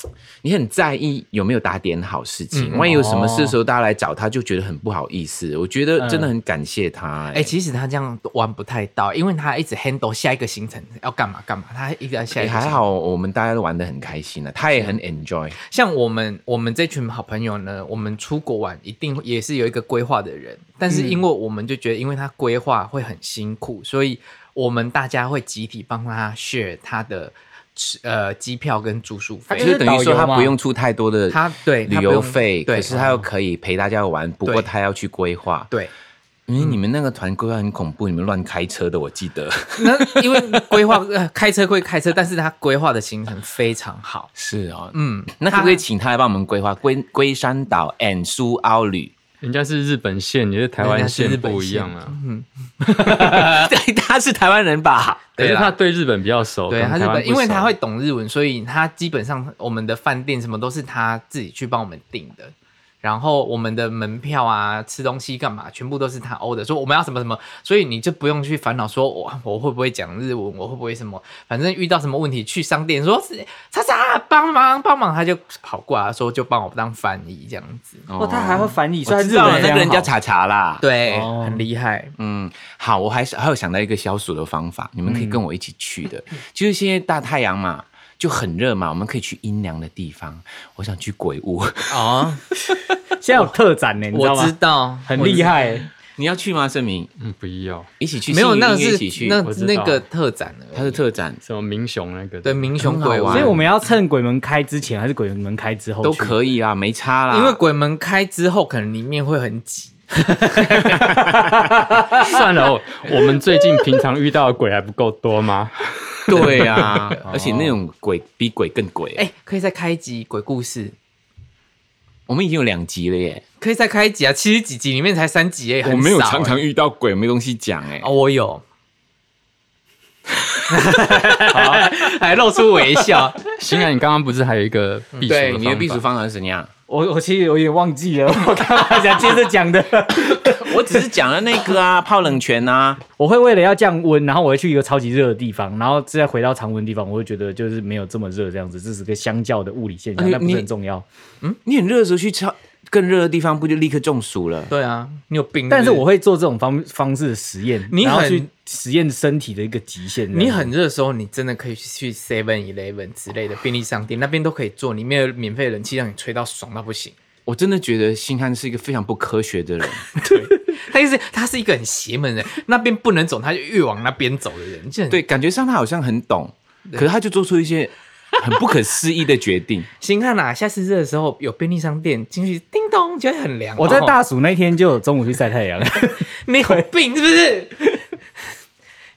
你很在意有没有打点好事情，嗯万一有什么哦事的时候，大家来找他就觉得很不好意思。我觉得真的很感谢他、哎、其实他这样玩不太到，因为他一直 handle 下一个行程要干嘛干嘛，他一直在下也一个行程还好，我们大家都玩的很开心了、啊他也很嗯 enjoy。像我们我们这群好朋友呢，我们出国玩一定也是有一个规划的人，但是因为我们就觉得，因为他规划会很辛苦，所以我们大家会集体帮他 share 他的吃呃机票跟住宿就费，是等于说他不用导出太多的他对旅他不游用费，对嗯可是他又可以陪大家玩，不过对他要去规划。对，因为你们那个团规划很恐怖，你们乱开车的，我记得那因为规划呃开车会开车，但是他规划的行程非常好，是哦。嗯，那可不可以他请他来帮我们规划龟龟山岛 and 苏澳旅？人家是日本线，你是台人湾家是日线本不一线样啊。对，他是台湾人吧？可对是啦他对日本比较熟，对可他能日哦台湾本，不因为熟啊他会懂日文，所以他基本上我们的饭店什么都是他自己去帮我们订的。然后我们的门票啊、吃东西干嘛，全部都是他欧的，说我们要什么什么，所以你就不用去烦恼说我我会不会讲日文，我会不会什么，反正遇到什么问题去商店说是叉叉帮忙帮忙，他就跑过来说就帮我当翻译这样子，哦，他还会翻译，虽我然知日道了，本非那常个人叫好查查啦。对，哦很厉害，嗯，好，我还是还有想到一个消暑的方法，你们可以跟我一起去的，就是现在大太阳嘛，就很热嘛，我们可以去阴凉的地方。我想去鬼屋， 哦，现在有特展呢，你知 道我知吗？道，很我知厉害，你要去吗？盛明，嗯不一样，一起去没有信义那个音乐一起是去，那我知道那个特展而已，它是特展，什么民雄那个对民民雄鬼很好屋玩所以我们要趁鬼门开之前还是鬼门开之后都去可以啦，啊没差啦。因为鬼门开之后，可能里面会很挤。算了，我我们最近平常遇到的鬼还不够多吗？ 对啊，而且那种鬼比鬼更鬼。哎、可以再开一集鬼故事，我们已经有两集了耶，可以再开一集啊！七十几集里面才三集哎、很我没有少欸常常遇到鬼，没东西讲哎。哦，我有。 好还露出微笑，欣然，你刚刚不是还有一个避暑对，的你的避暑方法？方法是怎样？ 我我其实有点忘记了， 我刚刚想接着讲的， 我只是讲了那个啊，泡冷泉啊，我会为了要降温，然后我会去一个超级热的地方，然后再回到常温地方，我会觉得就是没有这么热这样子，这是个相较的物理现啊象，你但不是你很重要。你很热的时候去超更热的地方，不就立刻中暑了？ 对啊，你有病但是不我会做这种方方式的实验，你然后很去实验身体的一个极限。你很热的时候，你真的可以去 Seven Eleven 之类的便利商店，那边都可以做，里面有免费冷气让你吹到爽到不行。我真的觉得星汉是一个非常不科学的人，他就是他是一个很邪门的人，那边不能走，他就越往那边走的人，就很对，感觉上他好像很懂，可是他就做出一些很不可思议的决定。星汉啊，下次热的时候有便利商店进去，叮咚，觉得很凉。我在哦大暑那天就有中午去晒太阳， 你有病是不是？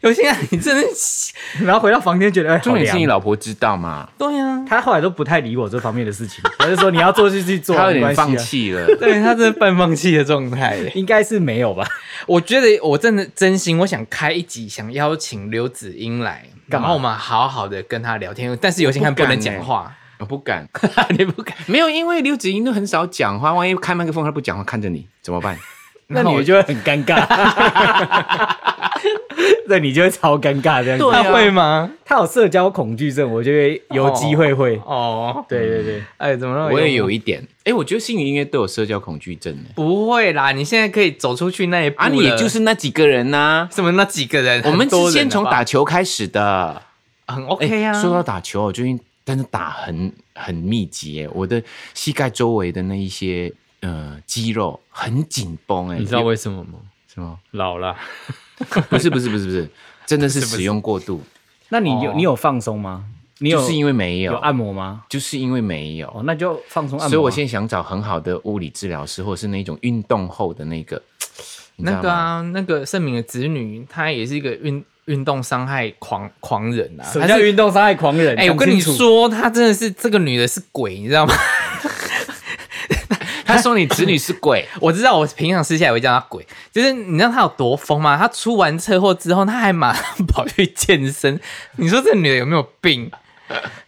有星汉，你真的是然后回到房间觉得哎，重好点是凉你。老婆知道嘛？对啊，他后来都不太理我这方面的事情，他就说你要做就去做，她有没点关系啊放，弃了。对他真的半放弃的状态耶。应该是没有吧？ 我觉得我真的真心，我想开一集，想邀请刘子英来，然干嘛后我们好好的跟他聊天。但是有星汉不能讲话， 我不敢，你不敢，没有，因为刘子英都很少讲话，万一开麦克风他不讲话，看着你怎么办？那然后女我的就会很尴尬， 那你就会超尴尬这样子。对啊他会吗？他有社交恐惧症，我觉得有机会会。哦，对对对，哎，怎么了？我也有一点，哎，我觉得性音乐都有社交恐惧症的不会啦，你现在可以走出去那一步啊，你也了就是那几个人呐、什么那几个人，我们 很多是人先从好不好打球开始的。很哎 OK 啊。说到打球，我最近但是打很很密集耶，我的膝盖周围的那一些呃肌肉很紧绷哎，你知道为什么吗？什么？老了，不是不是不是不是，真的是使用过度，那你有、哦你有放松吗？你有就是因为没有有，按摩吗？就是因为没有，哦，那就放松按摩啊。所以我现在想找很好的物理治疗师，或者是那种运动后的那个，你知那道个吗？啊，那个盛敏的子女，她也是一个运运动伤害狂狂人啊。什么她叫是运动伤害狂人？哎、我跟你讲清楚，说，她真的是这个女的是鬼，你知道吗？ 他说你子女是 鬼，我知道，我平常私下也会叫她鬼，就是你知道她有多疯吗？她出完车祸之后，她还马上跑去健身。 你说这女的有没有病？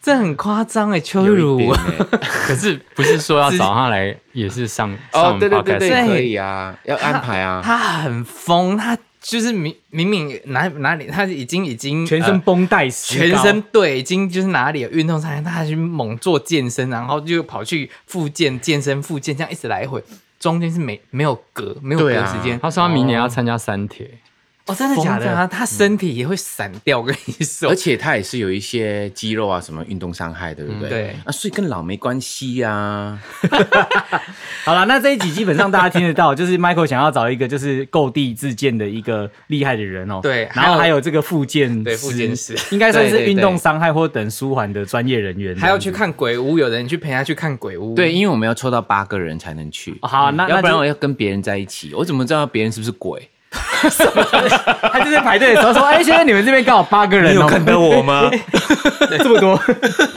这很夸张哎，秋有一如点，欸可是不是说要找他来，也是上 上我哦，们对对对 podcast 吗对，对可以啊，要安 排啊。她很疯，她就是明明明哪哪里，她已经已经全呃身绷带石膏、全身对，已经就是哪里有运动伤害，他还去猛做健身，然后就跑去复健、健身、复健，这样一直来回，中间是没没有隔，没有隔对啊时间。他说他明年要参加三铁，哦，真的疯假的的啊？他身体也会散掉，我跟你说而。且它也是有一些肌肉啊什么运动伤害，对不嗯对？对啊，所以跟老没关系呀、啊。好了，那这一集基本上大家听得到， 就是 Michael 想要找一个就是购地自建的一个厉害的人哦、对然后还还有有这个复健对复健师应该算对是对对运动伤害或等舒缓的专业人员。还要去看鬼屋，有的人去陪他去看鬼屋。对，，因为我们要抽到八个人才能去，哦好，那要不然我那要跟别人在一起，我怎么知道别人是不是鬼？就 他就在排队的时候说：“哎，先生，你们这边刚好八个人哦、到我吗？这么多。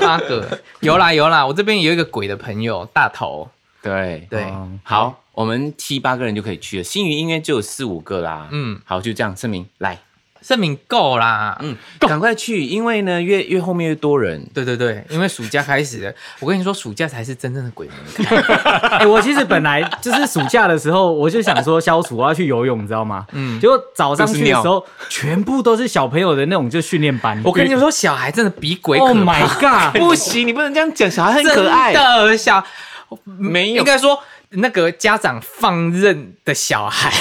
八个有啦有啦，我这边有一个鬼的朋友大头， 对对，哦好，我们七八个人就可以去了。星云应该就有四五个啦。嗯嗯，好，就这样。盛明来，盛明够啦。嗯，赶快去，因为呢，越越后面越多人。对对对，因为暑假开始了，我跟你说，暑假才是真正的鬼门开。 哎、我其实本来就是暑假的时候，我就想说消暑，我要啊去游泳，你知道吗？嗯，结果早上去的时候，全部都是小朋友的那种就训练 班。我跟你说，小孩真的比鬼 ，Oh 可怕 my god！不行，你不能这样讲，小孩很可爱。真的小，没有应该说那个家长放任的小孩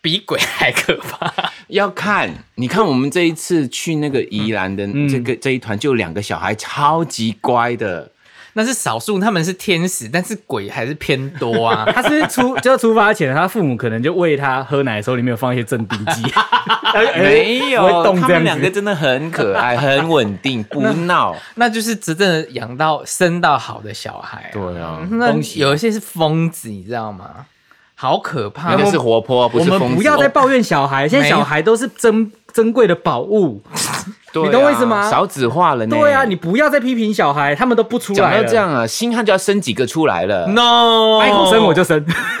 比鬼还可怕。 要看，你看我们这一次去那个宜兰的嗯这个、这一团，就有两个小孩超级乖的，那是少数，他们是天使，但是鬼还是偏多啊。 他是出就是出发前，他父母可能就喂他喝奶的时候，里面有放一些镇定剂， 他就哎 没不会有，动他这们两样个子。真的很可 爱，很稳定，不闹。那就是真正的养到生到好的小孩、啊。对啊，那恭喜有一些是疯子，你知道吗？好可怕！那个是活泼，不我是疯子。哦们不要再抱怨小孩，现在小孩都是珍珍贵的宝物。对啊你懂我意思吗少子化了呢。对啊，你不要再批评小孩，他们都不出讲来到了。这样啊，星汉就要生几个出来了。 no，爱口生我就生，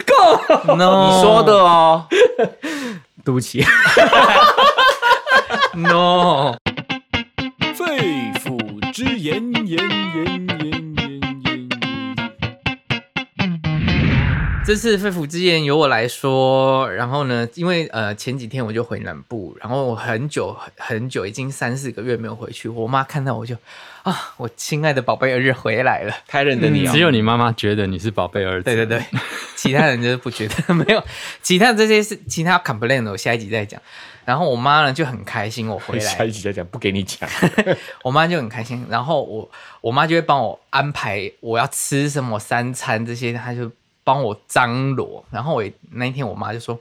no，够你说的哦，对不起。 no。肺腑之言，言言言言言言。这次肺腑之言由我来说，然后呢，因为呃前几天我就回南部，然后我很久很很久，已经三四个月没有回去。我妈看到我就啊，我亲爱的宝贝儿子回来了。太认得你哦嗯只。有你妈妈觉得你是宝贝儿子， 对对对， 其他人就是不觉得没有， 其他这些是其他 complain 的，我下一集再讲。然后我妈呢就很开心我回来，集再讲，不给你讲。我妈就很开心，然后我我妈就会帮我安排我要吃什么三餐这些，她就帮我张罗。然后我也那一天我妈就说：“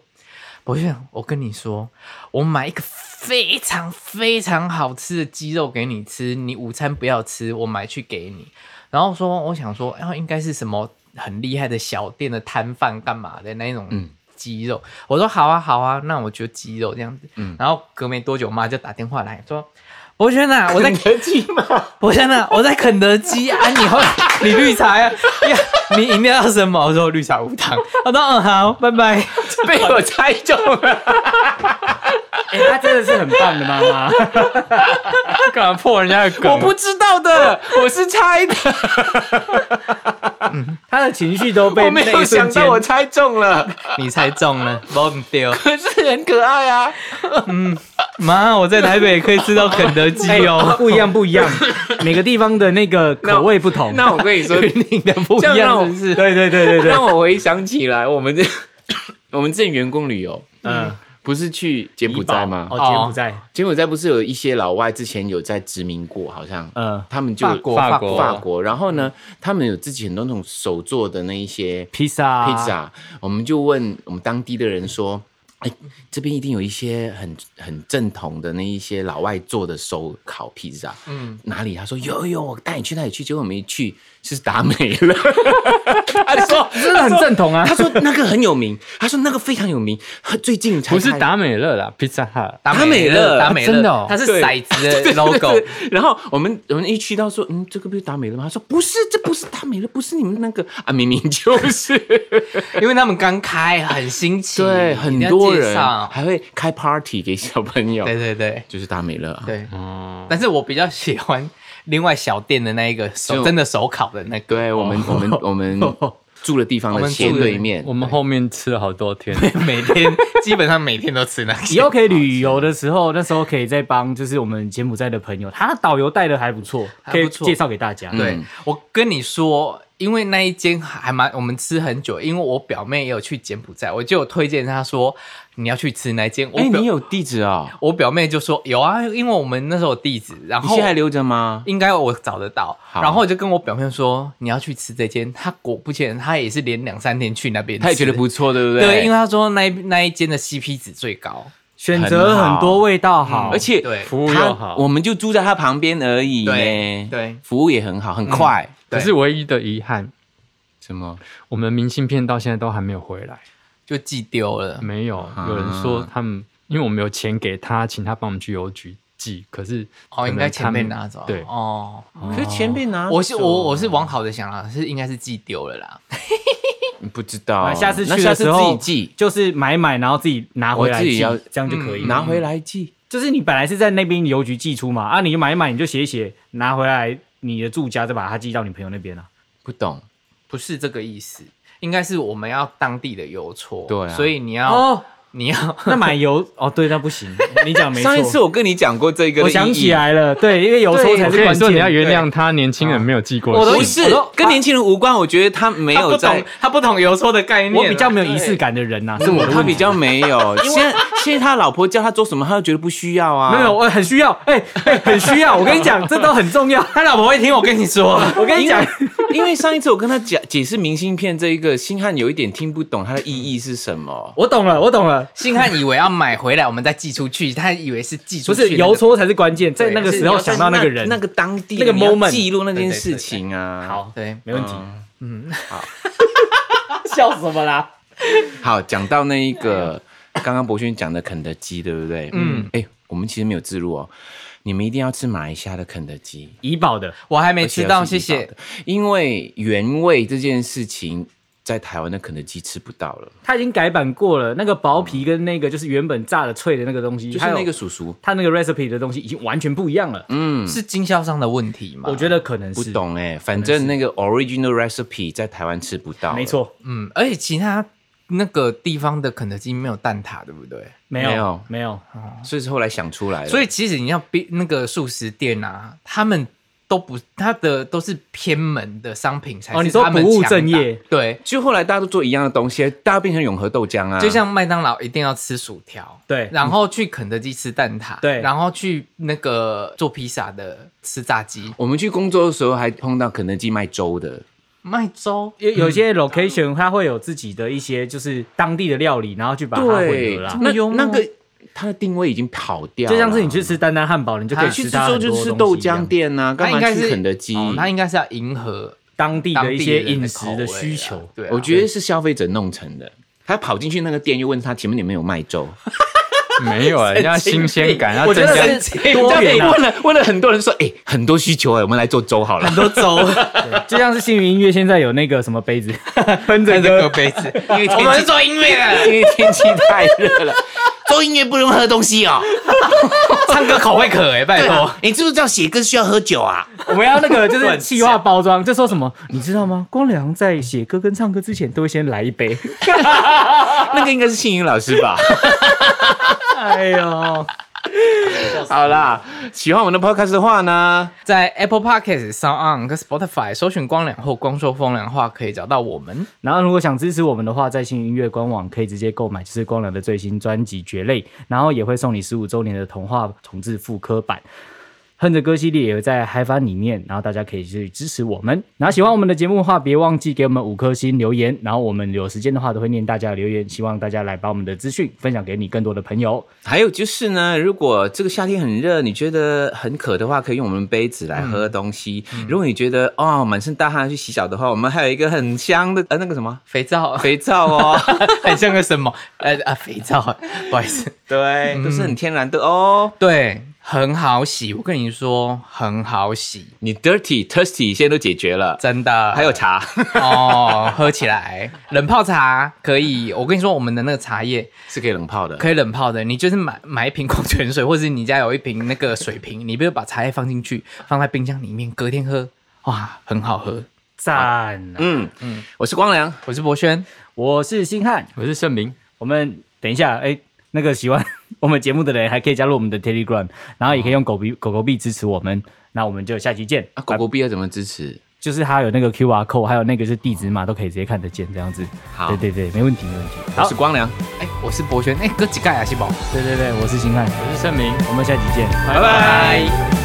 博炫，我跟你说，我买一个非常非常好吃的鸡肉给你吃，你午餐不要吃，我买去给你。”然后说我想说，然啊后应该是什么很厉害的小店的摊贩干嘛的那一种。鸡肉，我说好啊好啊，那我就鸡肉这样子。然后隔没多久，我妈就打电话来说：“博轩呐、啊， 我在我天哪！我在肯德基啊，你 喝你绿茶呀、呀，你饮料要什么？我说绿茶无糖。他说嗯好，拜拜。被 我猜中了，哎，他真的是很棒的妈妈。干嘛破人家的梗？我不知道的，我是猜的，他的情绪都 被我没那有一瞬想间到我猜中了，你猜中了，我不丢。可是很可爱啊。妈，我在台北可以吃到肯德基哦。哎不一样，不一样，每个地方的那个口味不同。那我跟你说，你的不一这样让我样是不是？对对对对对，让我回想起来，我们这 我们这员工旅游呃嗯，不是去柬埔寨吗？哦，柬埔寨，柬埔寨不是有一些老外之前有在殖民过，好像，嗯他们就呃法国法国法国，然后呢，他们有自己很多那种手做的那一些披萨，披，萨，我们就问我们当地的人说。哎，这边一定有一些很很正统的那一些老外做的手烤披萨，嗯，哪里？他说有有，我带你去那里去。结果我们一去是达美 了，他说真的很正统啊他。说那个很有名，他说那个非常有名，他最近才不是开达美乐啦，Pizza Hut。达达美乐达美乐，真的哦它是对骰子的 logo。然后我们我们一去到说，嗯，这个不是达美乐吗？他说不是，这不是达美乐，不是你们那个啊，明明就是。因为他们刚开，很新奇， 对，一很定要多介人绍还会开 party 给小朋友，对对对就是达美乐啊。对。哦，但是我比较喜欢另外小店的那一个手就真的手烤的那个。对我们我 们我们哦住的地方我的们斜住的对面我，们后面吃了好多天， 每天基本上每天都吃那 以些。后可以旅游的时候，那时候可以再帮，就是我们柬埔寨的朋友，他的导游带的还不错，还可以不错嗯介绍给大家。对，我跟你说，因为那一间还蛮我们吃很久，因为我表妹也有去柬埔寨，我就有推荐她说你要去吃那间。我哎，表、你有地址啊？我表妹就说有啊，因为我们那时候有地址，然你后现在还留着吗？应该我找得到。好然后我就跟我表妹说你要去吃这间，她果不其然，她也是连两三天去那边吃，他也觉得不错，哎对不对？对，因为她说那一那一间的 CP 值最高，选择很多，味道好，嗯而且对哦服务又他好。我们就住在他旁边而已对耶。对服务也很好，很快。对可是唯一的遗憾，什么？我们明信片到现在都还没有回来，就寄丢了。没有。有人说他们，因为我们有钱给他，请他帮我们去邮局寄，可是哦，应该前辈拿走。对哦，可是前辈拿走，啊我是我我是往好的想啊啦，是应该是寄丢了啦。嗯不知道啊，下次那去下的次时候自己就是买买，然后自己拿回来我自己寄要，这样就可以寄，嗯了。拿回来寄。就是你本来是在那边邮局寄出嘛，啊，你就买一买，你就写一写，拿回来你的住家，再把它寄到你朋友那边啊。不懂，不是这个意思，应该是我们要当地的邮戳。对啊所以你要、哦，你要那买邮哦，对，那不行，你讲没错。上一次 我跟你讲过这个，我想起，来了，对，因为邮戳我才跟是关你说，键。你要原谅他，年轻人没有寄过我都信不是跟年轻人无关，我觉得他没他不有在懂，他不懂邮戳的概念啊。我比较没有仪式感的人呐、是是我我的他问比题。较没 有，现在现在他老婆叫他做什么，他又觉得不需要啊。没有，，我很需要，哎、哎很需要。我跟你讲，这都很重要。他老婆会听我跟你说， 我跟你讲， 因为上一次我跟他讲解释明信片这一个，星汉有一点听不懂它的意义是什么。我懂了，我懂了。星汉以为要买回来我们再寄出去，他以为是寄不出去、是邮，戳才是关键，在那个时候是想到那个人，那个当地那个你要 moment 记录那件事情啊。好，对没问题。嗯笑什么啦？好，讲到那一个刚刚博轩讲的肯德基，对不对？嗯，哎、我们其实没有自录哦，你们一定要吃马来西亚的肯德基。怡宝的，我还没没吃到，谢谢。，因为原味这件事情在台湾的肯德基吃不到了，它已经改版过了，那个薄皮跟那个就是原本炸的脆的那个东西，就是还有那个叔叔，它那个 recipe 的东西已经完全不一样了。嗯，是经销商的问题吗？嗯我觉得可能不是，懂哎、反正那个 original recipe 在台湾吃不到，欸没。错，嗯，而且其他那个地方的肯德基没有蛋挞，对不对？没有，没有没有，所以是后来想出来的，所以其实你要比那个素食店啊，他们都不，他的都是偏门的商品才是哦你说他们不务强的正业，对，就后来大家都做一样的东西，大家变成永和豆浆啊，就像麦当劳一定要吃薯条，对然后去肯德基吃蛋挞，对然后去那个做披萨的吃炸鸡，我们去工作的时候还碰到肯德基卖粥的，卖粥有有些嗯 location 它会有自己的一些就是当地的料理，然后去把它混合啦。那幽默那个它的定位已经跑掉了，啊就像是你去吃丹丹汉堡，你就可以啊去吃吃它粥很哎就多吃东豆西一样浆店啊，他干应嘛该去是肯德基？哦他应该是要迎合当地当的地一些人饮食口味的啊需求。对啊，我觉得是消费者弄成的。他跑进去那个店，又问他前面有没有卖粥，没有啊，人家新鲜感，要我觉增加得是多元 啊，问了问了很多人说，哎、很多需求哎、我们来做粥好了。都粥，对就像是星云音乐现在有那个什么杯子， 分着这喝个杯子，因为我们是做音乐的，因为天气太热 了，做音乐不能喝东西哦。 唱歌口会渴哎，拜托，你知不知道写歌需要喝酒啊？我们要那个就是气化包装，就说什么你知道吗？光良在写歌跟唱歌之前都会先来一杯。 那个应该是幸云老师 吧？哎呦，好啦，喜欢我们的 podcast 的话呢，在 Apple Podcast、Sound On 跟 Spotify 搜寻“光良”或“光说风凉话”，可以找到我们。然后如果想支持我们的话，在新音乐官网可以直接购买，就是光良的最新专辑《蕨类》，然后也会送你十五周年的童话重置复刻版。恨着歌系列也会在嗨翻里面，然后大家可以去支持我们。然后喜欢我们的节目的话，别忘记给我们五颗星留言。然后我们有时间的话都会念大家的留言，希望大家来把我们的资讯分享给你更多的朋友。还有就是呢，如果这个夏天很热，你觉得很渴的话，可以用我们杯子来喝东西。如果你觉得哦满身大汗去洗澡的话，我们还有一个很香的呃那个什么肥皂，肥皂哦， 很像个什么？呃啊，肥皂，不好意思。 对， 都是很天然的哦。对，很好洗，我跟你说，很好洗，你 dirty thirsty 现在都解决了，真的。还有茶， 哦，喝起来冷泡茶可以。我跟你说，我们的那个茶叶是可以冷泡的。可以冷泡的，你就是买买一瓶矿泉水，或者是你家有一瓶那个水瓶，你不要把茶叶放进去，放在冰箱里面，隔天喝，哇，很好喝。赞、啊！嗯嗯，我是光良，我是博轩，我是星汉，我是盛明，我们等一下，哎、那个喜欢 我们节目的人还可以加入我们的 Telegram，然后也可以用狗币狗狗币支持我们。那我们就下期见，啊啊，狗狗币要怎么支持？就是它有那个 QR code，还有那个是地址码，都可以直接看得见这样子。好对，对对，没问题，没问题。我好是，光良，哎、我是博轩，哎、哥几盖啊，是宝。对对对，我是星汉，我是盛明。我们下集见。拜拜。